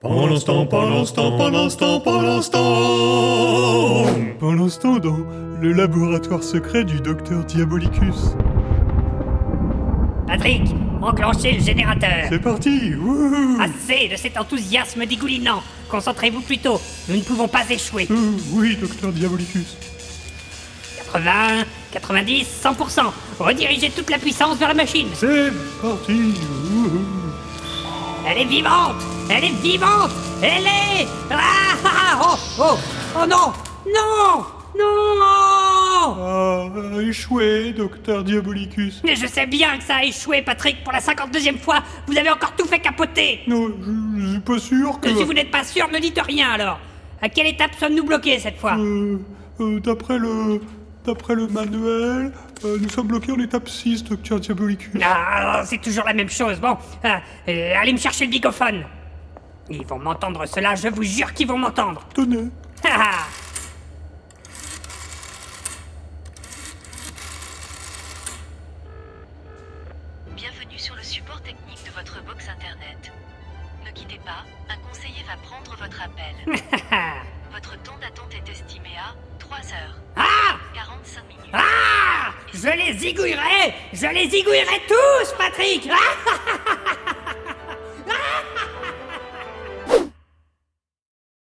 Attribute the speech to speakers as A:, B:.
A: Pendant l'instant, pendant l'instant, pendant l'instant, pendant l'instant
B: Pendant ce temps, dans le laboratoire secret du docteur Diabolicus.
C: Patrick, enclenchez le générateur.
B: C'est parti wouhou.
C: Assez de cet enthousiasme dégoulinant. Concentrez-vous plutôt. Nous ne pouvons pas échouer.
B: Euh, Oui, docteur Diabolicus.
C: 80, 90, 100%. Redirigez toute la puissance vers la machine.
B: C'est parti wouhou.
C: Elle est vivante Elle est vivante Elle est ah, ah, ah, Oh Oh Oh non Non Non
B: Ah, échoué, docteur Diabolicus.
C: Mais je sais bien que ça a échoué, Patrick, pour la 52e fois. Vous avez encore tout fait capoter.
B: Non, je, je suis pas sûr que...
C: Si vous n'êtes pas sûr, ne dites rien alors. À quelle étape sommes-nous bloqués cette fois
B: Euh, euh, d'après le... D'après le manuel, euh, nous sommes bloqués en étape 6, docteur Diabolicus.
C: Ah, c'est toujours la même chose. Bon, ah, euh, allez me chercher le bigophone. Ils vont m'entendre cela, je vous jure qu'ils vont m'entendre.
B: Tenez.
C: Ah, ah.
D: Bienvenue sur le support technique de votre box internet. Ne quittez pas, un conseiller va prendre votre appel. votre temps d'attente est estimé à 3 heures
C: Ah
D: 45 minutes.
C: Ah Je les zigouillerai Je les zigouillerai tous, Patrick Ah, ah, ah,